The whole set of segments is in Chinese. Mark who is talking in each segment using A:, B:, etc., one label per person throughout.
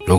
A: 如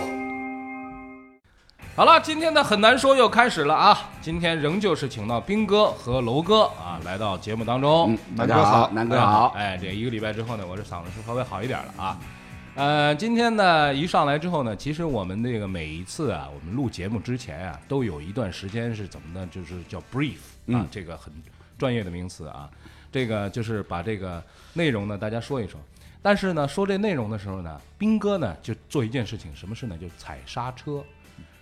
B: 好了，今天的很难说又开始了啊！今天仍旧是请到兵哥和楼哥啊来到节目当中。
C: 嗯大家好南哥好
B: 哎，这一个礼拜之后呢，我这嗓子是稍微好一点了啊。呃，今天呢一上来之后呢，其实我们这个每一次啊，我们录节目之前啊，都有一段时间是怎么呢？就是叫 brief
C: 嗯
B: 啊，这个很专业的名词啊。这个就是把这个内容呢，大家说一说。但是呢，说这内容的时候呢，兵哥呢就做一件事情，什么事呢？就踩刹车。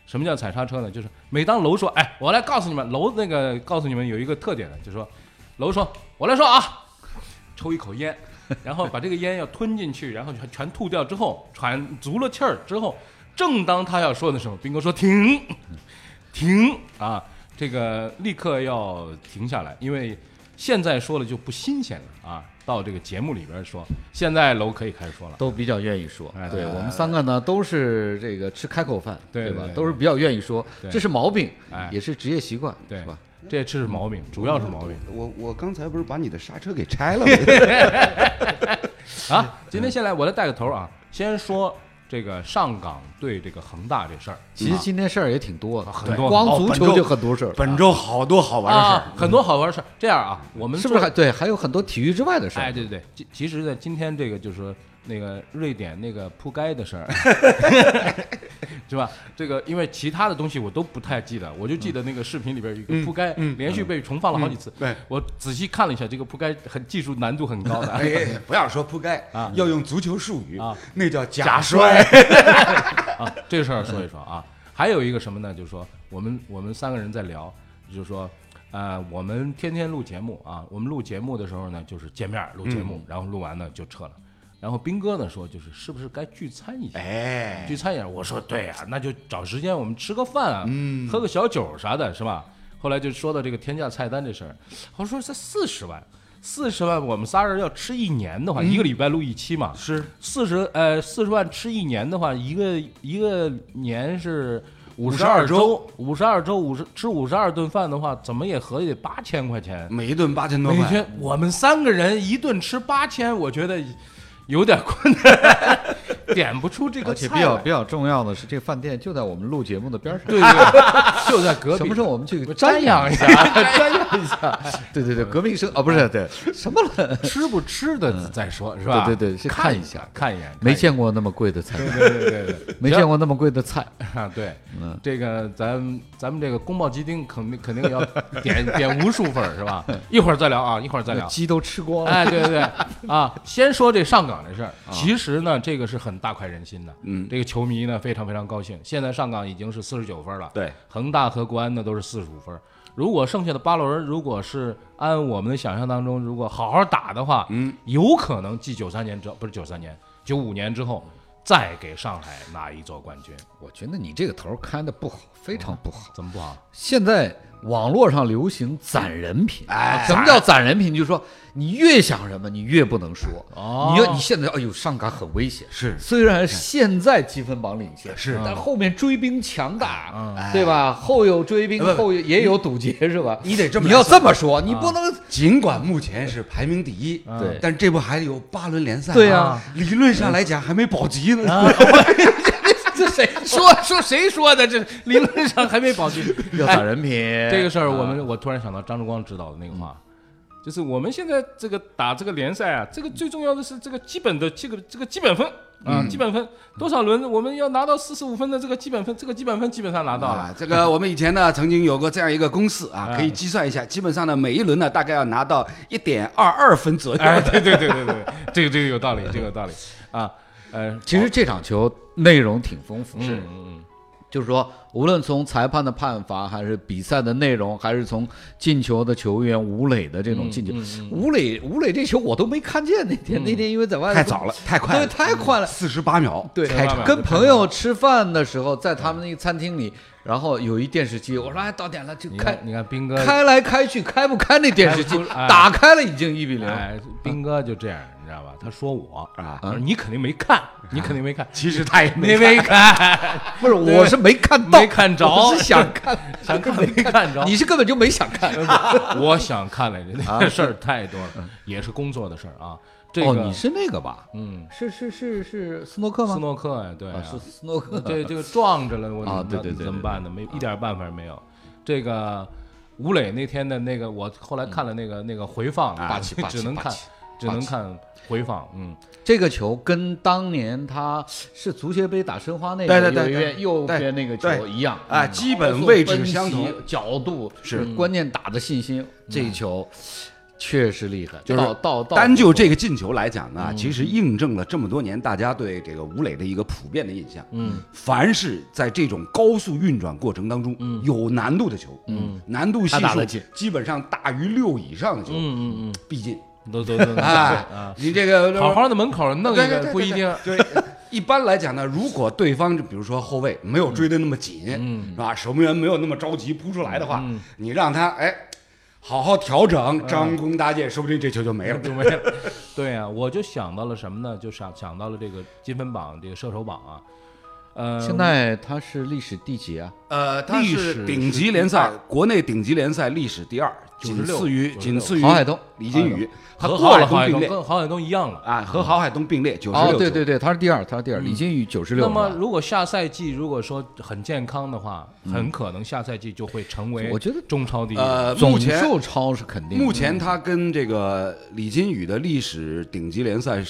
B: 什么叫踩刹车呢？就是每当楼说，哎，我来告诉你们，楼那个告诉你们有一个特点呢，就是说，楼说，我来说啊，抽一口烟，然后把这个烟要吞进去，然后全全吐掉之后，喘足了气儿之后，正当他要说的时候，斌哥说停，停啊，这个立刻要停下来，因为现在说了就不新鲜了啊。到这个节目里边说，现在楼可以开始说了。
D: 都比较愿意说
B: 哎。
D: 对
B: 哎
D: 我们三个呢，都是这个吃开口饭，
B: 对
D: 吧
B: 对？
D: 都是比较愿意说
B: 对，
D: 这是毛病
B: 哎，
D: 也是职业习惯，
B: 对嗯
D: 是吧？
B: 这是毛病，主要是毛病。
C: 嗯我我刚才不是把你的刹车给拆了吗？
B: 啊， 今天先来，我来带个头啊，先说这个上港对这个恒大这事儿
D: 其实
C: 嗯
D: 今天事儿也挺多的，
B: 啊很
D: 对
B: 多
D: 光
E: 哦
D: 足
E: 本
D: 球
E: 周
D: 就很多事儿，
E: 本周好多好玩的事
B: 啊
E: 儿，，
B: 很多好玩的事儿。这样啊，我们
D: 是不是
B: 做
D: 还对？还有很多体育之外的事
B: 哎，
D: 儿，嗯
B: 对对对，其其实呢，今天这个就是说那个瑞典那个铺盖的事儿， 是吧？这个因为其他的东西我都不太记得，我就记得那个视频里边有一
D: 嗯
B: 个铺盖，连续被重放了好几次。
C: 对
B: 我仔细看了一下，这个铺盖很技术难度很高的。
C: 哎，不要说铺盖
B: 啊
C: 要用足球术语
B: 啊，
C: 那叫假摔。
B: 啊， 这个事儿说一说啊。还有一个什么呢？就是说我们我们三个人在聊，就是说，呃，我们天天录节目啊，我们录节目的时候呢，就是见面儿录节目，然后录完呢就撤了。然后斌哥呢说，就是是不是该聚餐一下？
C: 哎，
B: 聚餐一下，我说对呀、啊那就找时间我们吃个饭啊，喝个小酒啥的，是吧？后来就说到这个天价菜单这事儿，我说这四十万，四十万，我们仨人要吃一年的话，一个礼拜录一期嘛，
C: 是
B: 四十呃四十万吃一年的话，一个一个年是五十
C: 52
B: 二
C: 周，
B: 五十二周五十吃五十二顿饭的话，怎么也合计得八千块钱。
C: 每一顿八千多
B: 每
C: 块，
B: 天我们三个人一顿吃八千，我觉得有点困难， 点不出这个
D: 而且
B: 菜
D: 比较
B: 来
D: 比较重要的是，这个饭店就在我们录节目的边上，
B: 对 对，就在隔壁。
D: 什么时候我们去
B: 我
D: 瞻
B: 瞻仰
D: 仰
B: 一
D: 一
B: 下哎
D: 下， 瞻仰一下？对对对，革命生啊，不是对什么了？
B: 吃不吃的再说，是吧？
D: 嗯对对对先
B: 看
D: 看一下
B: 看一眼，
D: 没见过那么贵的菜，
B: 对对对对
D: 没见过那么贵的菜，
B: 啊，对，
D: 嗯
B: 这个咱咱们这个宫保鸡丁肯定肯定要点点无数份儿是 吧？一会儿再聊啊，一会儿再聊。
D: 鸡都吃光 了。
B: 哎，对对对，啊，先说这上港这事儿，其实呢，这个是很大快人心的，嗯，这个球迷呢非常非常高兴。现在上港已经是四十九分了，
C: 对，
B: 恒大和国安呢都是四十五分。如果剩下的八轮，如果是按我们的想象当中，如果好好打的话，嗯，有可能继九三年之后不是九三年，九五年之后再给上海拿一座冠军，
D: 我觉得你这个头儿开的不好，非常不好。
B: 怎么不好？
D: 现在网络上流行攒人品，哎，什么叫攒人品？就是说你越想什么，你越不能说。
B: 哦
D: 你要你现在，哎呦，上港很危险。
C: 是
D: 虽然现在积分榜领先，是，但后面追兵强大，对吧？后有追兵，后有也有堵截，是吧？
C: 你得这么
D: 你要
C: 来
D: 这么说，你不能
C: 尽管目前是排名第一，嗯
D: 对
C: 但这不还有八轮联赛？
D: 对呀，
C: 理论上来讲还没保级呢。
B: 这谁说说谁说的？这理论上还没保级，
D: 要攒人品。
B: 这个事儿，我们我突然想到张志光指导的那个话，就是我们现在这个打这个联赛啊，这个最重要的是这个基本的这个这个基本分啊，基本分多少轮我们要拿到四十五分的这个基本分，这个基本分基本上拿到了
C: 啊，这个我们以前呢曾经有过这样一个公式啊，可以计算一下，基本上呢每一轮呢大概要拿到一点二二分左右。
B: 哎，对对对对对，这个这个有道理，这个有道 理啊，呃，
D: 其实这场球内容挺丰富，是
B: 嗯嗯
D: 就是说，无论从裁判的判罚，还是比赛的内容，还是从进球的球员吴磊的这种进
B: 嗯
D: 球，吴磊吴磊这球我都没看见那天，那天因为在外
C: 太早了，太快了，
D: 对太快了
C: 四十八秒，
D: 对，
B: 太嗯晚了
D: 跟朋友吃饭的时候，在他们那个餐厅里，然后有一电视机，我说哎到点了就
B: 嗯，你
D: 开
B: 看，你看兵哥，
D: 开来开去，开不开那电视
B: 开
D: 机
B: 不出哎，哎
D: 打开了已经一比零，
B: 哎，兵哥就这样，你知道道吧？他说我
C: 啊
B: 他说你肯定没看，你肯定没看，
C: 其实他也
B: 你没 看，
D: 不是，我是没看到，
B: 没看着
D: 我是想 看，
B: 想看没看着
D: 你是根本就没想看。
B: 我想看来着， 那事儿太多了，也是工作的事儿啊。这个
D: 啊嗯哦，你是那个吧？
B: 嗯，
D: 是是是是斯诺克吗？
B: 斯诺克呀，对啊
D: 啊，是斯诺克。
B: 对，这个撞着了，我
D: 啊对对对对啊
B: 怎么办呢？没一点办法没有。这个吴磊那天的那个，我后来看了那个那个回放，
D: 霸嗯啊气霸气
B: 只能
D: 霸
B: 看
D: 气，
B: 只能看回放。嗯，
D: 这个球跟当年他是足协杯打申花那
C: 对
D: 个
C: 对对
D: 右边
C: 对
D: 右
C: 对
D: 边那个球
C: 对
D: 一样
C: 啊
D: 嗯
C: 基本位
D: 高
C: 置
D: 速奔袭
C: 相同
D: 角度
C: 是嗯
D: 关键打的信心，这球确实厉害，
C: 就是
D: 到到到
C: 单就这个进球来讲啊，其实印证了这么多年大家对这个吴磊的一个普遍的印象。嗯，凡是在这种高速运转过程当中，嗯，有难度的球，嗯，难度系
D: 他打
C: 数
D: 得进
C: 基本上大于六以上的球，嗯嗯嗯，必进。
B: 都都都
C: 哎，你这个
B: 啊好好的门口弄一
C: 对对对
B: 个
C: 对
B: 不一定。
C: 对，一般来讲呢，如果对方比如说后卫没有追的那么紧，嗯，是吧？守门员没有那么着急扑出来的话，你让他哎好好调整，张弓搭箭，说不定这球就没了。
B: 就没了。 对啊，我就想到了什么呢？就想想到了这个积分榜，这个射手榜啊。呃，
D: 嗯现在他是历史第几啊？
C: 呃，
B: 它
C: 历
B: 是
C: 史顶级联赛，国内顶级联赛历史第二，仅
B: 96
C: 次于
B: 96
C: 仅次于
D: 郝海东
C: 李金羽，他
B: 和
C: 和
B: 郝
C: 郝
B: 海
C: 海
B: 东嗯并
C: 东并
B: 列，
C: 列
B: 跟郝海东一样了。
C: 啊，和郝海东并列九十
D: 哦，
C: 六。嗯
D: 对对，对，他是第二，他是第二，李金羽九十六。
B: 那么，如果下赛季如果说很健康的话，很可能下赛季就会成为
D: 嗯我觉得
B: 中超第一。
C: 呃，目
D: 总
C: 前
D: 数超是肯定的，
C: 目前他跟这个李金羽的历史顶级联赛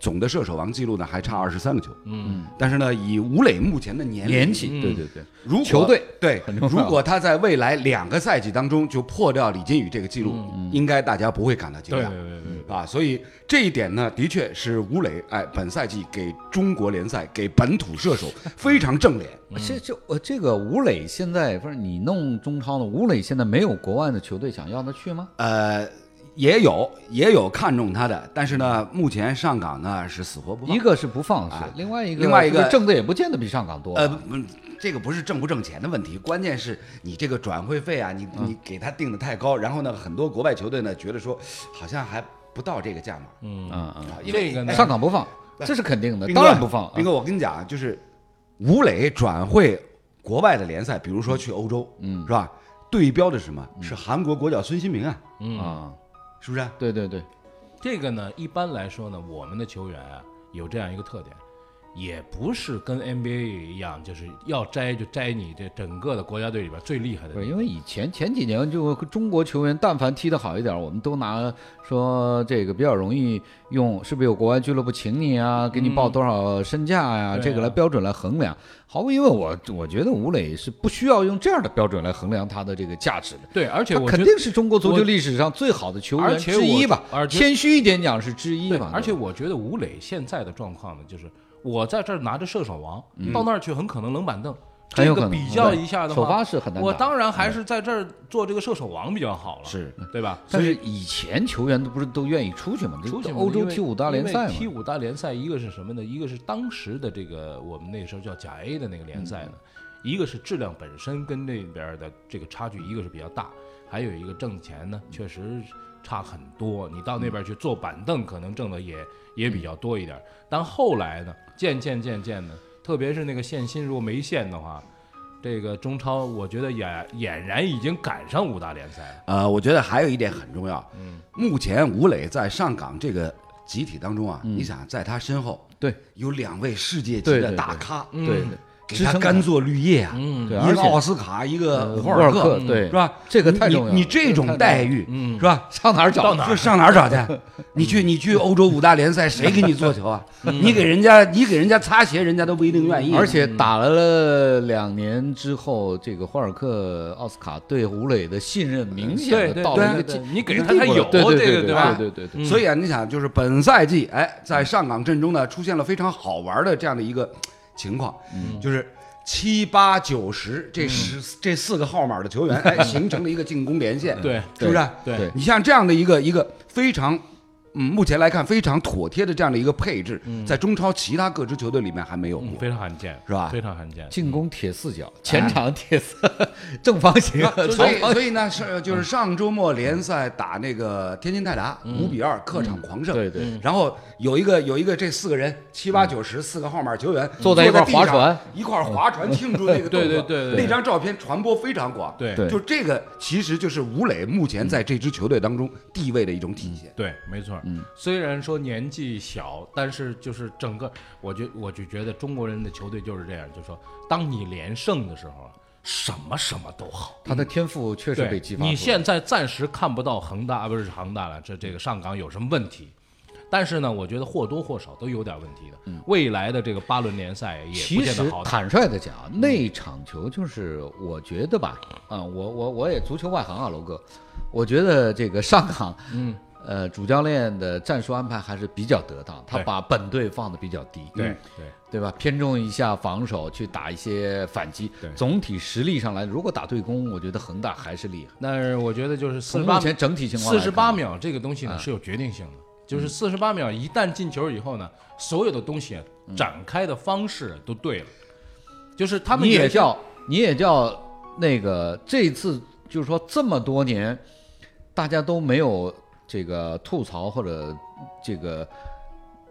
C: 总的射手王记录呢还差二十三个球。嗯，但是呢，以吴磊目前的年龄
D: 年纪，对对对，
C: 如果
D: 球队
C: 对
D: 很，重要
C: 如果他在未来两个赛季当中就破掉李金羽这个记录，
D: 嗯
C: 应该大家不会感到惊
B: 对
C: 讶
B: 对。对对，
C: 啊，所以这一点呢，的确是吴磊哎，本赛季给中国联赛、给本土 射手非常正脸。
D: 这这我这个吴磊现在不是你弄中超的，吴磊现在没有国外的球队想要他去吗？
C: 呃，也有也有看中他的，但是呢，目前上港呢是死活不放
D: 一。个是不放是，另外一个
C: 啊另外一个
D: 这挣的也不见得比上港多。
C: 呃，不，这个不是挣不挣钱的问题，关键是你这个转会费啊，你你给他定的太高，然后呢，很多国外球队呢觉得说好像还不到这个价码，
B: 嗯
D: 嗯嗯，
C: 因为
B: 这个呢
D: 上港不放，这是肯定的，
C: 斌哥
D: 当然不放。
C: 斌哥，我跟你讲，啊就是吴磊转会国外的联赛，比如说去欧洲，嗯，是嗯吧？对标的是什么？是韩国国脚孙兴民啊，
D: 嗯啊，
C: 是不是？
D: 对对对，
B: 这个呢，一般来说呢，我们的球员啊有这样一个特点，也不是跟 NBA 一样，就是要摘就摘你这整个的国家队里边最厉害的
D: 不是
B: 人。
D: 因为以前前几年就中国球员，但凡踢得好一点，我们都拿说这个比较容易用，是不是有国外俱乐部请你啊，给你报多少身价呀、
B: 对啊
D: 这个来标准来衡量。毫无疑问，我我觉得吴磊是不需要用这样的标准来衡量他的这个价值的。
B: 对，而且
D: 他
B: 我觉
D: 肯
B: 得
D: 定是中国足球历史上最好的球员
B: 而且
D: 之一
B: 我
D: 吧
B: 而，且
D: 谦虚一点讲是之一
B: 对
D: 吧。，
B: 而且
D: 对吧
B: 我觉得吴磊现在的状况呢，就是我在这儿拿着射手王，到那儿去很可能冷板凳。
D: 嗯很有
B: 这个
D: 可能
B: 比较一下的话，
D: 首发是很难
B: 我
D: 打
B: 当然还是在这儿做这个射手王比较好了，
C: 是
B: 对吧？
D: 但是以前球员都不是都愿意出去嘛，
B: 出去嘛
D: 欧洲
B: 因为
D: 踢五大联赛
B: 因为踢
D: 嘛，
B: 五大联赛，一个是什么呢？一个是当时的这个我们那时候叫甲 A 的那个联赛呢，一个是质量本身跟那边的这个差距，一个是比较大，还有一个挣钱
D: 嗯
B: 呢确实差很多。你到那边去坐板凳，可能挣的
D: 嗯
B: 也也比较多一点。但后来呢，渐渐渐渐呢，特别是那个限薪如果没限的话。这个中超，我觉得俨俨然已经赶上五大联赛了。
C: 呃，我觉得还有一点很重要，嗯，目前吴磊在上港这个集体当中啊，你想在他身后
D: 对
C: 有两位世界级
D: 对
C: 的
D: 对
C: 大
D: 对
C: 咖，
D: 对对，
C: 给
D: 支
C: 他
D: 撑
C: 甘
D: 感
C: 做绿叶啊，
B: 嗯
D: 对，
C: 一
D: 而
C: 个
D: 且
C: 奥斯卡，一个
D: 呃
C: 沃尔嗯
D: 沃尔克对
C: 是吧？
D: 这个
C: 你
D: 太重要了
C: 你你这种待遇，
B: 嗯
C: 是吧？
D: 上哪儿找？
C: 就上哪儿啊找去？你去你去欧洲五大联赛，谁给你做球 啊？你给人家你给人家擦鞋，人家都不一定愿意。
D: 而且打了两年之后，这个霍尔克、奥斯卡对吴磊的信任明显
B: 对
D: 的
B: 对
D: 到了一个
B: 对对
D: 进，
B: 你给
D: 一个
B: 他
D: 地
B: 他
D: 步了
B: 有
D: 对对
B: 这个
D: 对
B: 对吧
D: 对对对，
C: 所以啊，你想，就是本赛季，哎，在上港阵中呢，出现了非常好玩的这样的一个情况，就是七八九十这十这四个号码的 球员，
D: 嗯
C: 哎，形成了一个进攻连线，
B: 对
C: 是不是？
B: 对
D: 对
C: 你像这样的一个一个非常嗯目前来看非常妥帖的这样的一个配置，
D: 嗯
C: 在中超其他各支球队里面还没有过。
B: 非常罕见，
C: 是吧
B: 非常罕见。
D: 进攻铁四角，嗯前场铁四正方形，
C: 啊所以，所以呢，是就是上周末联赛打那个天津泰达五比二客场狂胜，
D: 嗯对对。
C: 然后有一个有一个这四个人七八九十四个号码球员
D: 嗯坐在一块儿
C: 地上
D: 划船，
C: 一块儿划船庆祝那个动
B: 对
C: 作
B: 对对对对
C: 那张照片传播非常广，
B: 对
D: 对
C: 就这个其实就是吴磊目前在这支球队当中地位的一种体现。
B: 对，没错。嗯，虽然说年纪小，但是就是整个，我觉我就觉得中国人的球队就是这样，就说当你连胜的时候，啊什么什么都好。
D: 他的天赋确实
B: 对，
D: 被激发出来。
B: 你现在暂时看不到恒大啊，不是恒大了，这这个上港有什么问题？但是呢，我觉得或多或少都有点问题的。未来的这个八轮联赛也不
D: 嗯其
B: 见
D: 实
B: 得好打。嗯
D: 坦率的讲，那场球就是我觉得吧，啊、我我我也足球外行啊，楼哥，我觉得这个上 港，嗯，呃，主教练的战术安排还是比较得当，他
B: 对
D: 把本队放的比较低，嗯
B: 对对，
D: 对吧？偏重一下防守，去打一些反击
B: 对。
D: 总体实力上来，如果打对攻，我觉得恒大还是厉害。
B: 但是我觉得就是四
D: 从
B: 十
D: 目
B: 八
D: 前整体情况
B: 四
D: 来看，啊
B: 十八秒这个东西呢是有决定性的，
D: 嗯
B: 就是四十八秒一旦进球以后呢，所有的东西啊
D: 嗯
B: 展开的方式都对了，就是他们
D: 你也
B: 原先
D: 叫你也叫那个这次就是说这么多年，大家都没有这个吐槽或者这个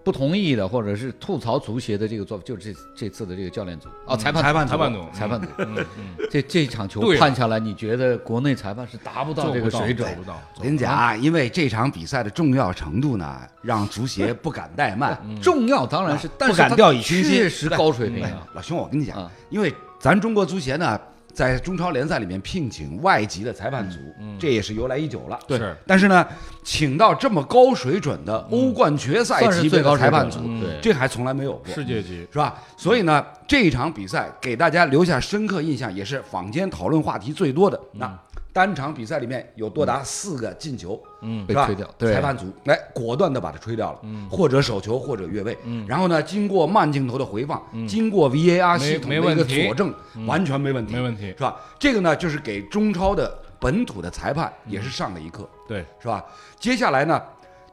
D: 不同意的，或者是吐槽足协的这个做，法，就是这这次的这个教练组啊，裁判
B: 裁判
D: 判
B: 裁判组
D: 裁判组，
B: 嗯嗯
D: 这这场球
B: 对啊
D: 判下来，你觉得国内裁判是达不到
B: 做
D: 这
B: 不
D: 个
B: 到
D: 水准
B: 做不到。
C: 我跟你讲啊，因为这场比赛的重要程度呢，让足协不敢 怠慢。
B: 嗯
D: 重要当然是，但是
C: 敢
D: 他
C: 掉以轻心
D: 确实高水平啊。
C: 老兄，我跟你讲
D: 啊，
C: 因为咱中国足协呢，在中超联赛里面聘请外籍的裁判组，
D: 嗯
C: 这也是由来已久了。
B: 对是
C: 但是呢，请到这么高水准的欧冠决赛
D: 嗯算是
C: 级别
D: 最高
C: 的
D: 水
C: 裁
D: 准了
C: 判
D: 嗯
C: 组，
D: 对
C: 这还从来没有过。
B: 世界级，
C: 是吧？所以呢，这一场比赛给大家留下深刻印象，也是坊间讨论话题最多的。那单场比赛里面有多达四个进球，嗯
D: 被吹掉对
C: 裁判组来果断的把它吹掉了，嗯，或者手球，或者越位，嗯，然后呢，经过慢镜头的回放，经过 VAR 系统的
B: 没没
C: 一个
B: 问题
C: 佐证，完全没问题，
B: 没问题
C: 是吧？这个呢，就是给中超的本土的裁判也是上了一课，
B: 对，
C: 是吧？接下来呢，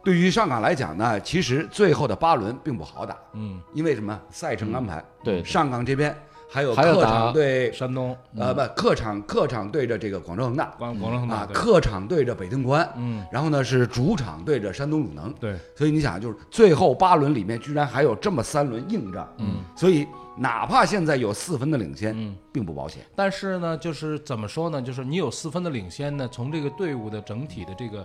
C: 对于上港来讲呢，其实最后的八轮并不好打，
B: 嗯，
C: 因为什么？赛程安排，
D: 对对
C: 上港这边还有
D: 还有
C: 客
D: 打
C: 场对
B: 山东
C: 呃不，客场客场对着这个广州恒大
B: 广广
D: 嗯
B: 州恒大
C: 啊，
B: 队
C: 客场对着北京国安，嗯，然后呢是主场对着山东鲁能，
B: 对，
C: 所以你想，就是最后八轮里面居然还有这么三轮硬仗，嗯，所以哪怕现在有四分的领先，嗯，并不保险。
B: 但是呢，就是怎么说呢？就是你有四分的领先呢，从这个队伍的整体的这个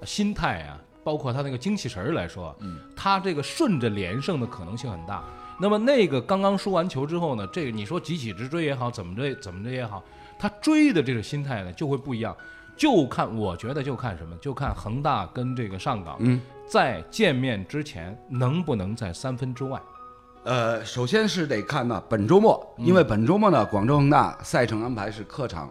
B: 呃心态啊，包括他那个精气神儿来说，嗯，他这个顺着连胜的可能性很大。那么那个刚刚输完球之后呢，这个你说急起直追也好，怎么着怎么着也好，他追的这个心态呢就会不一样。就看我觉得就看什么，就看恒大跟这个上港，嗯，在见面之前能不能在三分之外。
C: 呃，首先是得看呢，本周末，
B: 嗯
C: 因为本周末呢，广州恒大赛程安排是客场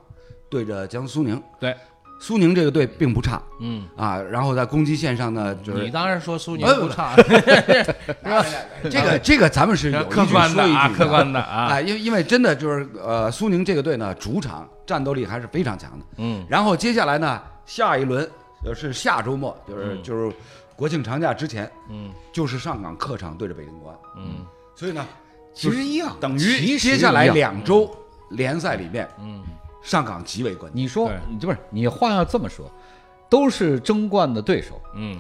C: 对着江苏宁，
B: 对，
C: 苏宁这个队并不差
B: 嗯，
C: 啊，然后在攻击线上呢，就
B: 你
C: 是
B: 当然说苏宁
C: 呃
B: 不差，
C: 这个这个咱们是有一句
B: 客观的
C: 说一句
B: 啊，客观的
C: 啊，
B: 啊，
C: 哎因因为真的就是呃，苏宁这个队呢，主场战斗力还是非常强的，
B: 嗯，
C: 然后接下来呢，下一轮就是下周末，
D: 嗯
C: 就是、就是国庆长假之前，嗯，就是上港客场对着北京国安，
B: 嗯，
C: 所以呢，
D: 其实一样，
C: 等
D: 其
C: 于
D: 实
C: 接下来
D: 一样
C: 两周联赛里面，嗯，上港极为关键。
D: 你说
B: 对，
D: 你这不是你话要这么说，都是争冠的对手，
B: 嗯，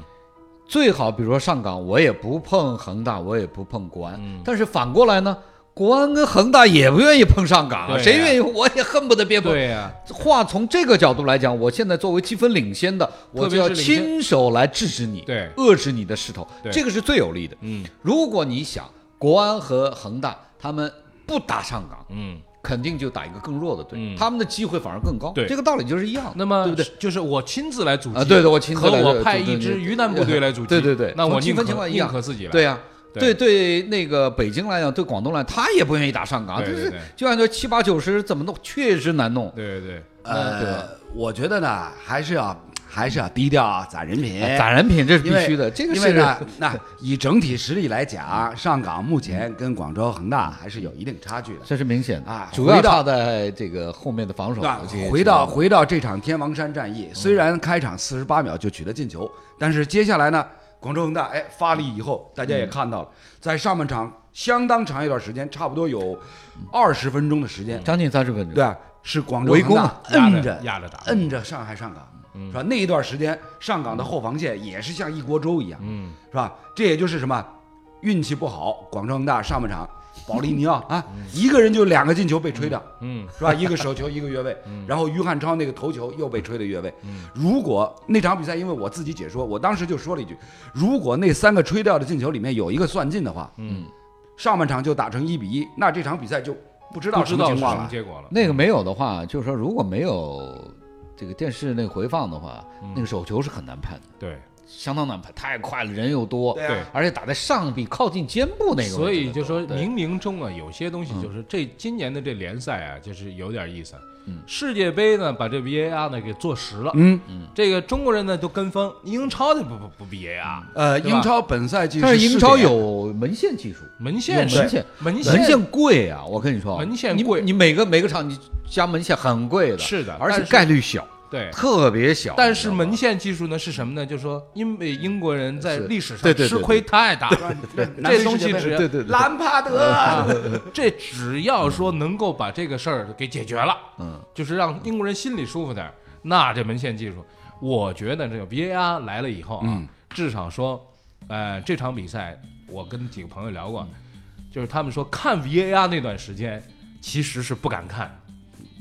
D: 最好比如说上港，我也不碰恒大，我也不碰国安，
B: 嗯
D: 但是反过来呢，国安跟恒大也不愿意碰上港啊，
B: 对呀
D: 谁愿意？我也恨不得别碰。
B: 对呀、
D: 话从这个角度来讲，我现在作为积分领先的，我
B: 特别是
D: 就要
B: 领先
D: 亲手来制止你，
B: 对
D: 遏制你的势头，
B: 对
D: 这个是最有利的。
B: 嗯
D: 如果你想国安和恒大他们不打上港，
B: 嗯，
D: 肯定就打一个更弱的队，
B: 嗯
D: 他们的机会反而更高。
B: 对
D: 这个道理就是一样的。
B: 那么
D: 对不对？
B: 就是我亲自来组织
D: 啊，对的，我亲自
B: 和
D: 来
B: 我
D: 对
B: 派
D: 对
B: 一
D: 对
B: 支
D: 对
B: 鱼腩部队来组织，
D: 对对对，
B: 那我
D: 从积
B: 宁可
D: 分情况一
B: 宁
D: 样
B: 可自己来，
D: 对呀、
B: 对
D: 对对，那个北京来讲，对广东来，他也不愿意打上港，
B: 对对
D: 就
B: 对
D: 是就按照七八九十怎么弄，确实难弄。
B: 对对
C: 呃，我觉得呢，还是要还是要低调啊，攒人品，
D: 攒人品这是必
C: 因为
D: 须的，这个
C: 因为
D: 是
C: 呢，那以整体实力来讲，上港目前跟广州恒大还是有一定差距的。
D: 这是明显的
C: 啊
D: 主要
C: 回到
D: 差在这个后面的防守
C: 那。
D: 这个嗯
C: 回到回到这场天王山战役，虽然开场四十八秒就取得进球，但是接下来呢，广州恒大哎发力以后，大
D: 嗯
C: 家也看到了，在上半场相当长一段时间，差不多有二十分钟的时间，
D: 将近三十分钟。
C: 对啊，是广州
D: 嗯围
C: 恒
D: 攻
C: 大
D: 啊
B: 压着
C: 摁着
B: 压着打
C: 摁着上海上港，是吧？那一段时间，上港的后防线也是像一锅粥一样，嗯，是吧？这也就是什么运气不好，广州恒大上半场。保利尼奥啊，一个人就两个进球被吹掉，嗯，是吧？一个手球，一个越位，然后于汉超那个头球又被吹的越位。如果那场比赛，因为我自己解说，我当时就说了一句：如果那三个吹掉的进球里面有一个算进的话，嗯，上半场就打成一比一，那这场比赛就不知道
B: 不
C: 什
B: 知
C: 么
B: 道
C: 情
B: 是什
C: 况
B: 么
C: 了。
B: 结果了。
D: 那个没有的话，就是说如果没有这个电视那个回放的话，那个手球是很难判的，
B: 对，
D: 相当难判，太快了，人又多，
C: 对啊
D: 而且打在上臂靠近肩部那个位置的多，
B: 所以就说
D: 对嗯
B: 冥冥中啊，有些东西就是这今年的这联赛啊，就是有点意思。
D: 嗯
B: 世界杯呢，把这 VAR 呢给坐实了。
C: 嗯，
B: 这个中国人呢都跟风，英超的不不不 VAR，
D: 嗯
C: 呃，
B: 对吧
C: 英超本赛季
D: 但是英
C: 试
D: 超
C: 点
D: 有门线技术，
B: 门线
D: 有门线
B: 门
D: 门
B: 线
D: 线贵啊！我跟你说，
B: 门线贵
D: 你你每个每个场你加门线很贵的，
B: 是的
D: 而且
B: 但是
D: 概率小，
B: 对。
D: 特别小。
B: 但是
D: 你知道吗
B: 门线技术呢是什么呢？就是说，因为英国人在
D: 是
B: 历史上
D: 对对对
B: 吃亏太大了，
C: 南非
B: 这东
C: 世界
B: 西
C: 杯
B: 只
D: 对对对
C: 兰帕德，
B: 这只要说能够把这个事儿给解决了，嗯，就是让英国人心里舒服点儿，那这门线技术，我觉得这个 VAR 来了以后啊，
D: 嗯
B: 至少说，呃，这场比赛我跟几个朋友聊过，就是他们说看 VAR 那段时间其实是不敢看。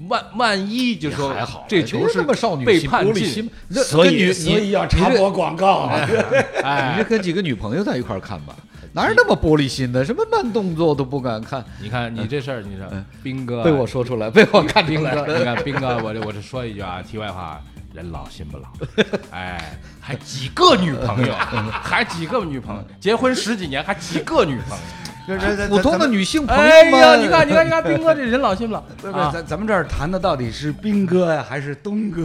B: 万万一就说
D: 也还好，
B: 这球
D: 别
B: 是
D: 哎那么少女
B: 被
D: 心
B: 判
D: 玻璃
B: 进
D: 心，，这跟女
C: 所以要插
D: 你这
C: 播广告。
B: 哎
D: 你是跟几个女朋友在一块儿看吧？哪有那么玻璃心的？什么慢动作都不敢看，
B: 你看你这事儿，你说兵哥啊
D: 嗯被我说出来，被我看出
B: 兵
D: 来
B: 哥，你
D: 了。
B: 看兵哥，我这我这说一句啊，题外话，人老心不老，哎，还几个女朋友，
D: 嗯
B: 还几个女朋友，结婚十几年还几个女朋友，
D: 普通的女性朋友
B: 哎呀，
D: 们，
B: 你看你看你看，兵哥这人老心不老，
C: 不是，咱咱们这儿谈的到底是兵哥呀，还是东哥？